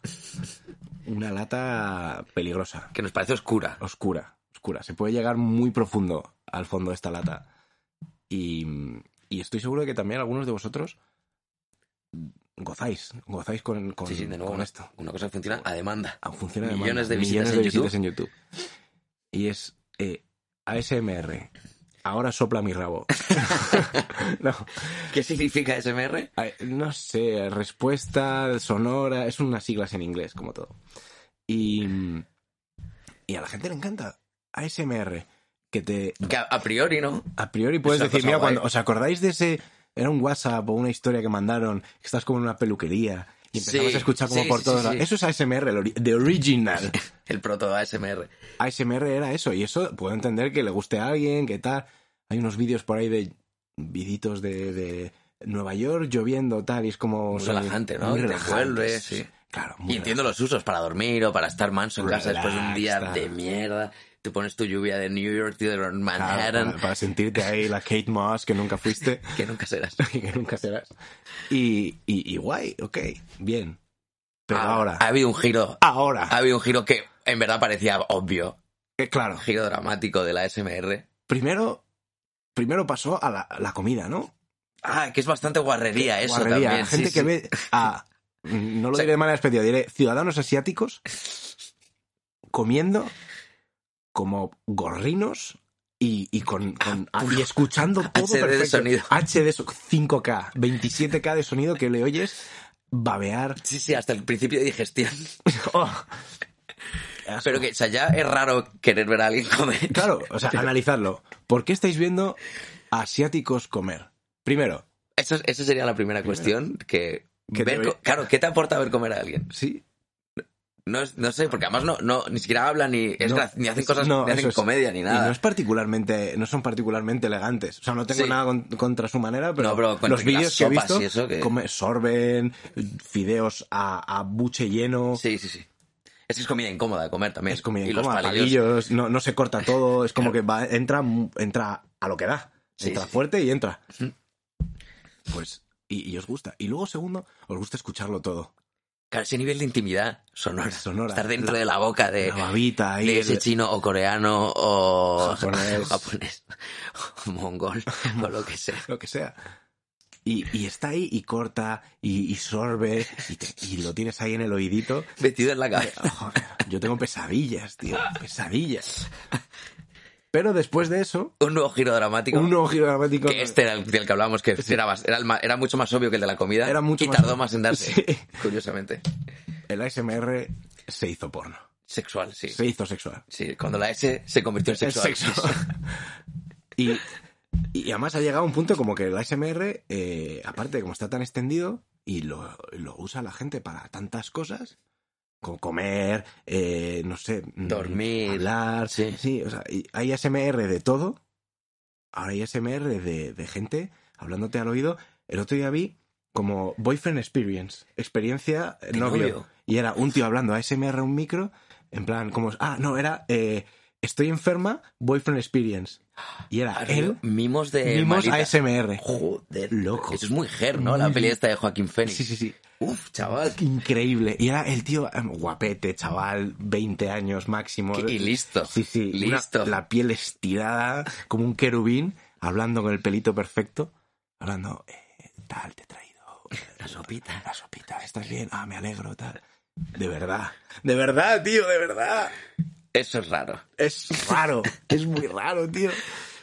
Speaker 1: una lata peligrosa,
Speaker 2: que nos parece oscura.
Speaker 1: oscura, oscura. Se puede llegar muy profundo al fondo de esta lata. Y, y estoy seguro de que también algunos de vosotros gozáis, gozáis con, con-
Speaker 2: sí, sí, de nuevo,
Speaker 1: con
Speaker 2: una,
Speaker 1: esto.
Speaker 2: una cosa que funciona a demanda.
Speaker 1: Ah, funciona de
Speaker 2: Millones
Speaker 1: maravilla.
Speaker 2: de visitas
Speaker 1: Millones
Speaker 2: en
Speaker 1: de visitas en YouTube. Y es eh, ASMR. Ahora sopla mi rabo. no,
Speaker 2: ¿Qué significa SMR?
Speaker 1: a- no sé, respuesta sonora, es unas siglas en inglés, como todo. Y, y a la gente le encanta ASMR. Que te.
Speaker 2: Que a, a priori, ¿no?
Speaker 1: A priori puedes
Speaker 2: Es una
Speaker 1: decir,
Speaker 2: cosa
Speaker 1: mira,
Speaker 2: guay.
Speaker 1: cuando. ¿Os acordáis de ese.? Era un WhatsApp o una historia que mandaron, que estás como en una peluquería y empezabas
Speaker 2: Sí,
Speaker 1: a escuchar como
Speaker 2: sí,
Speaker 1: por
Speaker 2: sí,
Speaker 1: todo.
Speaker 2: sí, sí.
Speaker 1: Eso es ASMR, el ori- the original.
Speaker 2: El proto ASMR.
Speaker 1: ASMR era eso, y eso puedo entender que le guste a alguien, que tal. Hay unos vídeos por ahí de viditos de, de Nueva York lloviendo, tal, y es como.
Speaker 2: Muy relajante, ¿no?
Speaker 1: Muy
Speaker 2: Te
Speaker 1: relajante.
Speaker 2: vuelve, sí.
Speaker 1: Claro, muy
Speaker 2: Y entiendo los usos para dormir o para estar manso en casa después de un día
Speaker 1: Relax,
Speaker 2: de
Speaker 1: tal.
Speaker 2: mierda. Te pones tu lluvia de New York, tío, de
Speaker 1: relajante. Claro,
Speaker 2: Manhattan,
Speaker 1: para, para sentirte ahí la Kate Moss que nunca fuiste
Speaker 2: que nunca serás.
Speaker 1: y que nunca serás. Y, y, y guay, ok, bien. Pero
Speaker 2: Ah,
Speaker 1: ahora,
Speaker 2: Ha habido un giro.
Speaker 1: ahora,
Speaker 2: Ha habido un giro que en verdad parecía obvio.
Speaker 1: eh, claro,
Speaker 2: Giro dramático de la SMR.
Speaker 1: primero, primero pasó a la, la comida, ¿no?
Speaker 2: Ah, que es bastante guarrería eso
Speaker 1: Guarrería,
Speaker 2: también. sí,
Speaker 1: gente
Speaker 2: sí.
Speaker 1: que ve a. No lo
Speaker 2: sea-
Speaker 1: diré de manera especial, diré ciudadanos asiáticos comiendo como gorrinos y, y con,
Speaker 2: Ah,
Speaker 1: con- y escuchando todo
Speaker 2: HD de
Speaker 1: perfecto.
Speaker 2: sonido.
Speaker 1: HD so- 5K, 27K de sonido que le oyes babear.
Speaker 2: Sí, sí, hasta el principio de digestión.
Speaker 1: Oh. Qué asco.
Speaker 2: Pero que, o sea, ya es raro querer ver a alguien comer.
Speaker 1: Claro, o sea, analizadlo. ¿Por qué estáis viendo a asiáticos comer? Primero,
Speaker 2: Eso, eso sería la primera cuestión que...
Speaker 1: Que
Speaker 2: ver
Speaker 1: te-
Speaker 2: co- claro, ¿qué te aporta ver comer a alguien?
Speaker 1: sí,
Speaker 2: No, es- no sé, porque además no, no ni siquiera hablan ni, es
Speaker 1: No,
Speaker 2: gra- ni hacen
Speaker 1: es-
Speaker 2: cosas,
Speaker 1: no,
Speaker 2: ni hacen
Speaker 1: eso es.
Speaker 2: comedia ni
Speaker 1: Y
Speaker 2: nada.
Speaker 1: no es particularmente, no son particularmente elegantes. O sea, no tengo
Speaker 2: Sí.
Speaker 1: nada con- contra su manera, pero,
Speaker 2: No, pero contra
Speaker 1: los
Speaker 2: que
Speaker 1: vídeos
Speaker 2: las
Speaker 1: que he
Speaker 2: sopas
Speaker 1: visto
Speaker 2: y eso que-
Speaker 1: come- sorben fideos a, a buche lleno.
Speaker 2: Sí, sí, sí. Es que es comida incómoda comer también.
Speaker 1: Es comida
Speaker 2: y los
Speaker 1: incómoda,
Speaker 2: palillos.
Speaker 1: palillos, no, no se corta todo, es como que va, entra, entra a lo que da.
Speaker 2: Sí,
Speaker 1: entra
Speaker 2: sí, sí.
Speaker 1: fuerte y entra. Pues, y, y os gusta. Y luego, segundo, os gusta escucharlo todo.
Speaker 2: Claro, ese nivel de intimidad sonora.
Speaker 1: Sonora.
Speaker 2: Estar dentro
Speaker 1: La-
Speaker 2: de la boca de,
Speaker 1: La babita ahí.
Speaker 2: de
Speaker 1: el-
Speaker 2: ese chino o coreano o
Speaker 1: Japonés.
Speaker 2: japonés, o mongol o lo que sea.
Speaker 1: lo que sea. Y, y está ahí y corta y, y sorbe y, te- y lo tienes ahí en el oídito.
Speaker 2: Metido en la cabeza.
Speaker 1: Joder, yo tengo pesadillas, tío. Pesadillas. Pero después de eso,
Speaker 2: Un nuevo giro dramático.
Speaker 1: un nuevo giro dramático.
Speaker 2: que este era el del que hablábamos, que era, más- era, el ma- era mucho más obvio que el de la comida.
Speaker 1: Era mucho
Speaker 2: y
Speaker 1: más
Speaker 2: tardó
Speaker 1: obvio.
Speaker 2: más en darse,
Speaker 1: Sí.
Speaker 2: curiosamente.
Speaker 1: El ASMR se hizo porno.
Speaker 2: Sexual, sí. sí.
Speaker 1: Se hizo sexual.
Speaker 2: cuando la S se convirtió en
Speaker 1: El
Speaker 2: sexual.
Speaker 1: sexo. Y, y además ha llegado a un punto como que el ASMR, eh, aparte de como está tan extendido y lo, lo usa la gente para tantas cosas, como comer, eh, no sé, mm,
Speaker 2: Dormir.
Speaker 1: hablar,
Speaker 2: Sí.
Speaker 1: sí, o sea, y hay ASMR de todo. Ahora hay ASMR de, de gente hablándote al oído. El otro día vi como boyfriend experience, experiencia eh,
Speaker 2: De
Speaker 1: novio.
Speaker 2: novio.
Speaker 1: Y era un tío hablando a ASMR a un micro, en plan, como, ah, no, era, eh, estoy enferma, boyfriend experience. Y era él,
Speaker 2: Arriba, mimos de
Speaker 1: mimos
Speaker 2: eh, Marita.
Speaker 1: ASMR.
Speaker 2: Joder,
Speaker 1: Loco.
Speaker 2: Eso es muy ger, ¿no? La peli esta de Joaquín Phoenix.
Speaker 1: Sí, sí, sí.
Speaker 2: Uf, chaval.
Speaker 1: Increíble. Y era el tío eh, guapete, chaval, 20 años máximo.
Speaker 2: Y listo.
Speaker 1: Sí, sí. Una-
Speaker 2: Listo.
Speaker 1: la piel estirada, como un querubín, hablando con el pelito perfecto. Hablando, eh, tal, te he traído. eh,
Speaker 2: La sopita.
Speaker 1: La sopita, ¿estás bien? Ah, me alegro, tal. De verdad. De verdad, tío, de verdad.
Speaker 2: Eso es raro.
Speaker 1: Es raro. es muy raro, tío.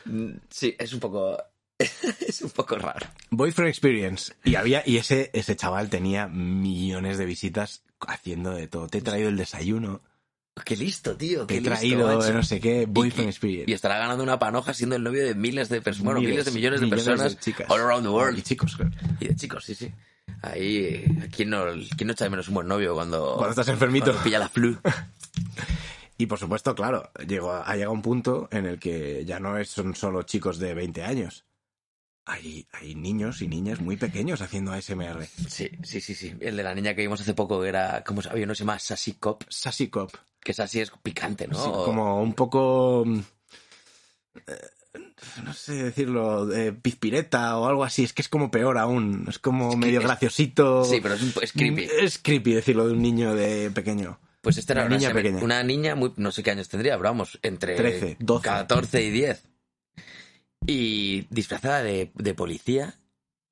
Speaker 2: Mm, Sí, es un poco... es un poco raro.
Speaker 1: Boyfriend Experience. Y había, y ese, ese chaval tenía millones de visitas haciendo de todo. Te he traído el desayuno,
Speaker 2: Qué listo, tío.
Speaker 1: te
Speaker 2: Qué
Speaker 1: he
Speaker 2: listo,
Speaker 1: traído
Speaker 2: macho.
Speaker 1: no sé qué, Boyfriend
Speaker 2: y-
Speaker 1: Experience.
Speaker 2: Y estará ganando una panoja siendo el novio de miles de personas, bueno, miles, de millones de personas
Speaker 1: chicas.
Speaker 2: all around the
Speaker 1: Y
Speaker 2: world.
Speaker 1: chicos, claro.
Speaker 2: Y de chicos, sí, sí. Ahí, ¿quién no, quién no echa de menos un buen novio cuando,
Speaker 1: Cuando estás enfermito.
Speaker 2: cuando pilla la flu?
Speaker 1: Y por supuesto, claro, llegó a- ha llegado un punto en el que ya no es- son solo chicos de 20 años. Hay, hay niños y niñas muy pequeños haciendo ASMR.
Speaker 2: Sí, sí, sí, sí. El de la niña que vimos hace poco que era, ¿cómo se había uno que se llama Sassy Cop,
Speaker 1: Sassy Cop.
Speaker 2: que es así, es picante, ¿no?
Speaker 1: Sí,
Speaker 2: O-
Speaker 1: como un poco. mm, eh, No sé decirlo, eh, pizpireta o algo así. Es que es como peor aún. Es como medio
Speaker 2: es-
Speaker 1: graciosito. Mm,
Speaker 2: Sí, pero es, un- es creepy.
Speaker 1: Es creepy decirlo de un niño de pequeño.
Speaker 2: Pues esta era
Speaker 1: Una
Speaker 2: una
Speaker 1: niña
Speaker 2: niña,
Speaker 1: pequeña.
Speaker 2: una niña muy, no sé qué años tendría, pero vamos, entre
Speaker 1: 13, 12.
Speaker 2: 14 y 10. Y disfrazada de, de policía,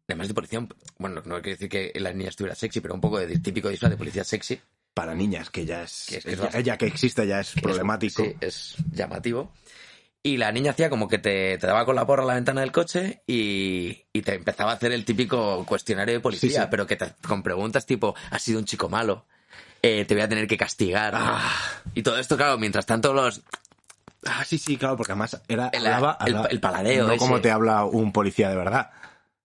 Speaker 2: además de policía, un- bueno, no quiere decir que la niña estuviera sexy, pero un poco de típico disfraz de policía sexy.
Speaker 1: Para niñas, que ya es.
Speaker 2: Que es que es
Speaker 1: ya,
Speaker 2: bastante-
Speaker 1: ya que existe ya es
Speaker 2: que es-
Speaker 1: problemático.
Speaker 2: sí, es llamativo. Y la niña hacía como que te, te daba con la porra a la ventana del coche y, y te empezaba a hacer el típico cuestionario de policía,
Speaker 1: Sí, sí.
Speaker 2: pero que te- con preguntas tipo, ¿has sido un chico malo? Eh, te voy a tener que castigar. Y todo esto, claro, mientras tanto los...
Speaker 1: Ah, sí, sí, claro, porque además era
Speaker 2: El-
Speaker 1: hablaba-
Speaker 2: el-
Speaker 1: hablaba-
Speaker 2: el paladeo
Speaker 1: No
Speaker 2: ese.
Speaker 1: como te habla un policía de verdad.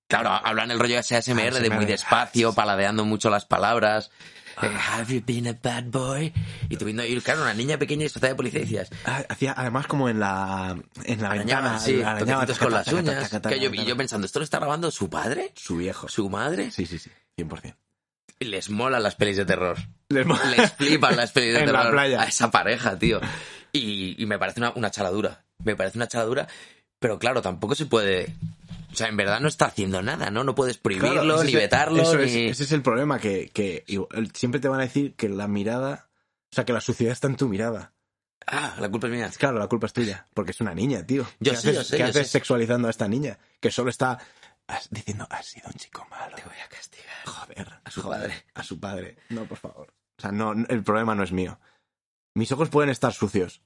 Speaker 2: Claro, hablan el rollo de ese ASMR de
Speaker 1: ASMR.
Speaker 2: muy despacio, paladeando mucho las palabras.
Speaker 1: Ah.
Speaker 2: Eh, have you been a bad boy? Y tuviendo ir, claro, una niña pequeña disfrazada de policía y decías,
Speaker 1: Ah, Hacía además como en la en la ventana,
Speaker 2: arañaban, sí,
Speaker 1: arañaba,
Speaker 2: toquecitos
Speaker 1: taca,
Speaker 2: con las
Speaker 1: taca, taca,
Speaker 2: uñas.
Speaker 1: taca, taca,
Speaker 2: Que yo-
Speaker 1: taca.
Speaker 2: Y yo pensando, ¿esto lo está grabando su padre?
Speaker 1: su viejo.
Speaker 2: ¿Su madre?
Speaker 1: Sí, sí, sí, 100%.
Speaker 2: Les molan las pelis de terror.
Speaker 1: Les mo-
Speaker 2: Les flipan las pelis de
Speaker 1: En la
Speaker 2: terror
Speaker 1: playa.
Speaker 2: a esa pareja, tío. Y, y me parece una, una chaladura. Me parece una chaladura, pero claro, tampoco se puede. O sea, en verdad no está haciendo nada, ¿no? No puedes
Speaker 1: Claro,
Speaker 2: prohibirlo,
Speaker 1: ese
Speaker 2: ni
Speaker 1: es el-
Speaker 2: vetarlo,
Speaker 1: eso es-
Speaker 2: ni.
Speaker 1: ese es el problema, que, que igual- siempre te van a decir que la mirada... O sea, que la suciedad está en tu mirada.
Speaker 2: Ah, la culpa es mía.
Speaker 1: Claro, la culpa es tuya, porque es una niña, tío.
Speaker 2: Yo
Speaker 1: ¿Qué
Speaker 2: sí,
Speaker 1: haces,
Speaker 2: yo sé,
Speaker 1: qué
Speaker 2: yo
Speaker 1: haces
Speaker 2: sé.
Speaker 1: sexualizando a esta niña? Que solo está has- diciendo, has sido un chico malo.
Speaker 2: Te voy a castigar.
Speaker 1: Joder.
Speaker 2: A su
Speaker 1: joder,
Speaker 2: padre.
Speaker 1: A su padre. No, por favor. O sea, no, el problema no es mío. Mis ojos pueden estar sucios,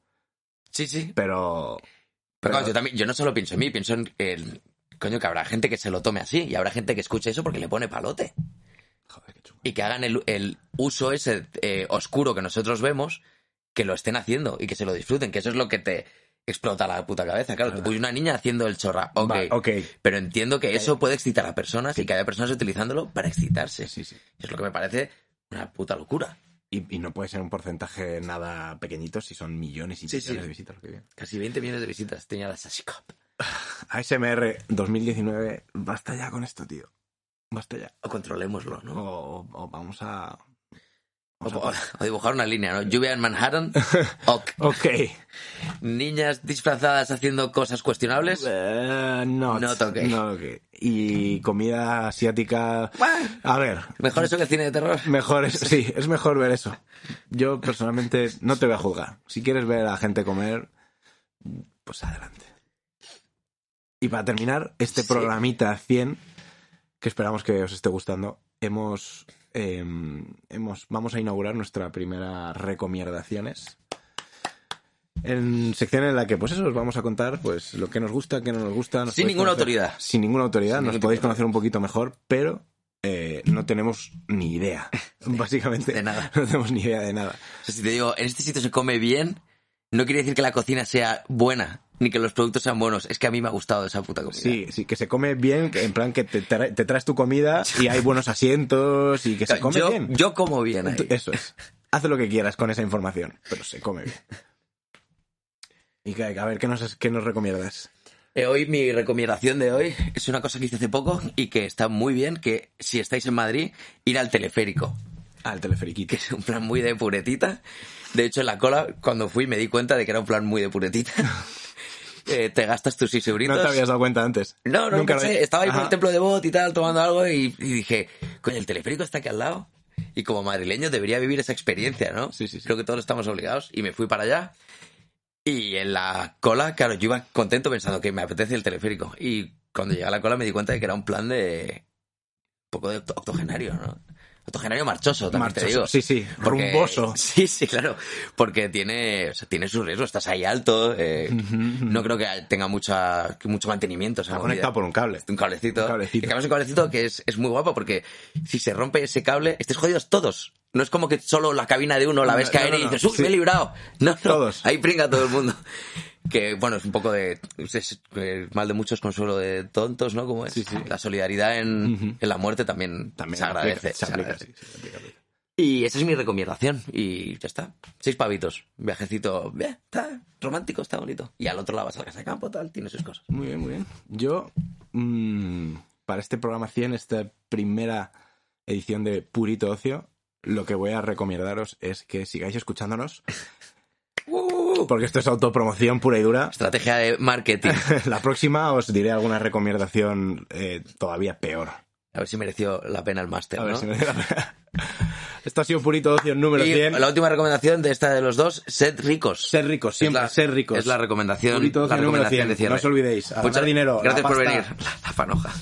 Speaker 2: Sí, sí.
Speaker 1: pero...
Speaker 2: Pero claro,
Speaker 1: Pero-
Speaker 2: yo también, yo no solo pienso en mí, pienso en el. Coño, que habrá gente que se lo tome así y habrá gente que escuche eso porque le pone palote.
Speaker 1: Joder, qué chungo.
Speaker 2: y que hagan el, el uso ese eh, oscuro que nosotros vemos, que lo estén haciendo y que se lo disfruten, que eso es lo que te explota la puta cabeza. Claro, tú pues una niña haciendo el chorra, ok.
Speaker 1: Va, ok.
Speaker 2: Pero entiendo que eso puede excitar a personas y que haya personas utilizándolo para excitarse.
Speaker 1: Sí, sí.
Speaker 2: Es lo que me parece una puta locura.
Speaker 1: Y, y no puede ser un porcentaje nada pequeñito si son millones y
Speaker 2: Sí,
Speaker 1: millones
Speaker 2: sí.
Speaker 1: de visitas. lo que viene.
Speaker 2: Casi 20 millones de visitas tenía la Sassy Cup.
Speaker 1: ASMR 2019, basta ya con esto, tío. Basta ya.
Speaker 2: O controlémoslo, ¿no?
Speaker 1: O, o vamos a...
Speaker 2: O,
Speaker 1: vamos a-
Speaker 2: o dibujar una línea, ¿no? Lluvia en Manhattan. Ok.
Speaker 1: Ok.
Speaker 2: Niñas disfrazadas haciendo cosas cuestionables.
Speaker 1: Eh, no,
Speaker 2: Not okay.
Speaker 1: no ok. Y comida asiática...
Speaker 2: Bueno,
Speaker 1: A ver,
Speaker 2: Mejor eso que el cine de terror.
Speaker 1: Mejor es, sí, es mejor ver eso. Yo personalmente no te voy a juzgar. Si quieres ver a gente comer, pues adelante. Y para terminar, este
Speaker 2: Sí.
Speaker 1: programita 100, que esperamos que os esté gustando, hemos, eh, hemos vamos a inaugurar nuestra primera recomendaciones. En sección en la que, pues eso, os vamos a contar pues lo que nos gusta, que no nos gusta. nos
Speaker 2: Sin
Speaker 1: podéis
Speaker 2: ninguna
Speaker 1: conocer-
Speaker 2: autoridad.
Speaker 1: Sin ninguna autoridad,
Speaker 2: Sin
Speaker 1: nos
Speaker 2: ningún
Speaker 1: podéis
Speaker 2: tipo de-
Speaker 1: conocer un poquito mejor, pero eh, no tenemos ni idea, básicamente.
Speaker 2: de nada.
Speaker 1: No tenemos ni idea de nada.
Speaker 2: O sea, si te digo, en este sitio se come bien, no quiere decir que la cocina sea buena, ni que los productos sean buenos. Es que a mí me ha gustado esa puta comida.
Speaker 1: Sí, sí, que se come bien, que en plan que te, tra- te traes tu comida y hay buenos asientos y que se come
Speaker 2: yo,
Speaker 1: bien. eh,
Speaker 2: yo como bien ahí.
Speaker 1: Tú- Eso es. Haz lo que quieras con esa información, pero se come bien. Y que- a ver, ¿qué nos, qué nos recomiendas?
Speaker 2: Eh, hoy mi recomendación de hoy es una cosa que hice hace poco y que está muy bien, que si estáis en Madrid, ir al teleférico.
Speaker 1: Al teleferiquito.
Speaker 2: que es un plan muy de puretita. De hecho, en la cola, cuando fui, me di cuenta de que era un plan muy de puretita. Eh, te gastas tus 6 euritos.
Speaker 1: No te habías dado cuenta antes.
Speaker 2: No, no,
Speaker 1: Nunca
Speaker 2: no
Speaker 1: lo-
Speaker 2: sé. Estaba ahí por el
Speaker 1: Ajá.
Speaker 2: templo de Bot y tal, tomando algo y, y dije, coño, el teleférico está aquí al lado. Y como madrileño debería vivir esa experiencia, ¿no?
Speaker 1: Sí, sí, sí.
Speaker 2: Creo que todos estamos obligados. Y me fui para allá. Y en la cola, claro, yo iba contento pensando que me apetece el teleférico. Y cuando llegué a la cola me di cuenta de que era un plan de... Un poco de octo- octogenario, ¿no? Octogenario marchoso, también te
Speaker 1: Marchoso,
Speaker 2: digo.
Speaker 1: Sí, sí,
Speaker 2: Porque-
Speaker 1: rumboso.
Speaker 2: Sí, sí, claro. Porque tiene, o sea, tiene sus riesgos. Estás ahí alto. eh, No creo que tenga mucha, mucho mantenimiento. esa
Speaker 1: Está
Speaker 2: movida.
Speaker 1: conectado por un cable.
Speaker 2: Un cablecito.
Speaker 1: Un cablecito.
Speaker 2: Y que además un cablecito que es, es muy guapo porque si se rompe ese cable, estés jodidos todos. No es como que solo la cabina de uno la
Speaker 1: No,
Speaker 2: ves
Speaker 1: no,
Speaker 2: caer
Speaker 1: no,
Speaker 2: y
Speaker 1: no.
Speaker 2: dices, uy,
Speaker 1: Sí.
Speaker 2: me he librado. No, no.
Speaker 1: Todos.
Speaker 2: Ahí pringa todo el mundo. Que bueno, es un poco de. es, eh, mal de muchos, consuelo de tontos, ¿no? Como es.
Speaker 1: Sí, sí.
Speaker 2: La solidaridad en,
Speaker 1: Ujú.
Speaker 2: en la muerte también,
Speaker 1: También
Speaker 2: se agradece.
Speaker 1: Se aplica,
Speaker 2: se agradece.
Speaker 1: sí, se aplica, aplica.
Speaker 2: Y esa es mi recomendación. Y ya está. Seis pavitos. Viajecito. bien, está romántico, está bonito. Y al otro lado vas a la casa de campo, tal, tiene sus cosas.
Speaker 1: Muy bien, muy bien. Yo, mm, para este programa 100, esta primera edición de Purito Ocio, lo que voy a recomendaros es que sigáis escuchándonos,
Speaker 2: ¡Uh!
Speaker 1: porque esto es autopromoción pura y dura.
Speaker 2: Estrategia de marketing.
Speaker 1: La próxima os diré alguna recomendación eh, todavía peor.
Speaker 2: A ver si mereció la pena el máster,
Speaker 1: A ver
Speaker 2: ¿no?
Speaker 1: si me- Esto ha sido Purito Ocio número
Speaker 2: Y
Speaker 1: 100.
Speaker 2: la última recomendación de esta de los dos, sed ricos.
Speaker 1: Ser ricos, siempre,
Speaker 2: Es la-
Speaker 1: ser ricos.
Speaker 2: Es la recomendación,
Speaker 1: Purito
Speaker 2: la
Speaker 1: Ocio número
Speaker 2: recomendación
Speaker 1: 100.
Speaker 2: de cierre.
Speaker 1: No os olvidéis, a ganar
Speaker 2: Muchas
Speaker 1: dinero, a
Speaker 2: Gracias
Speaker 1: la
Speaker 2: por
Speaker 1: pasta.
Speaker 2: venir. La, la panoja.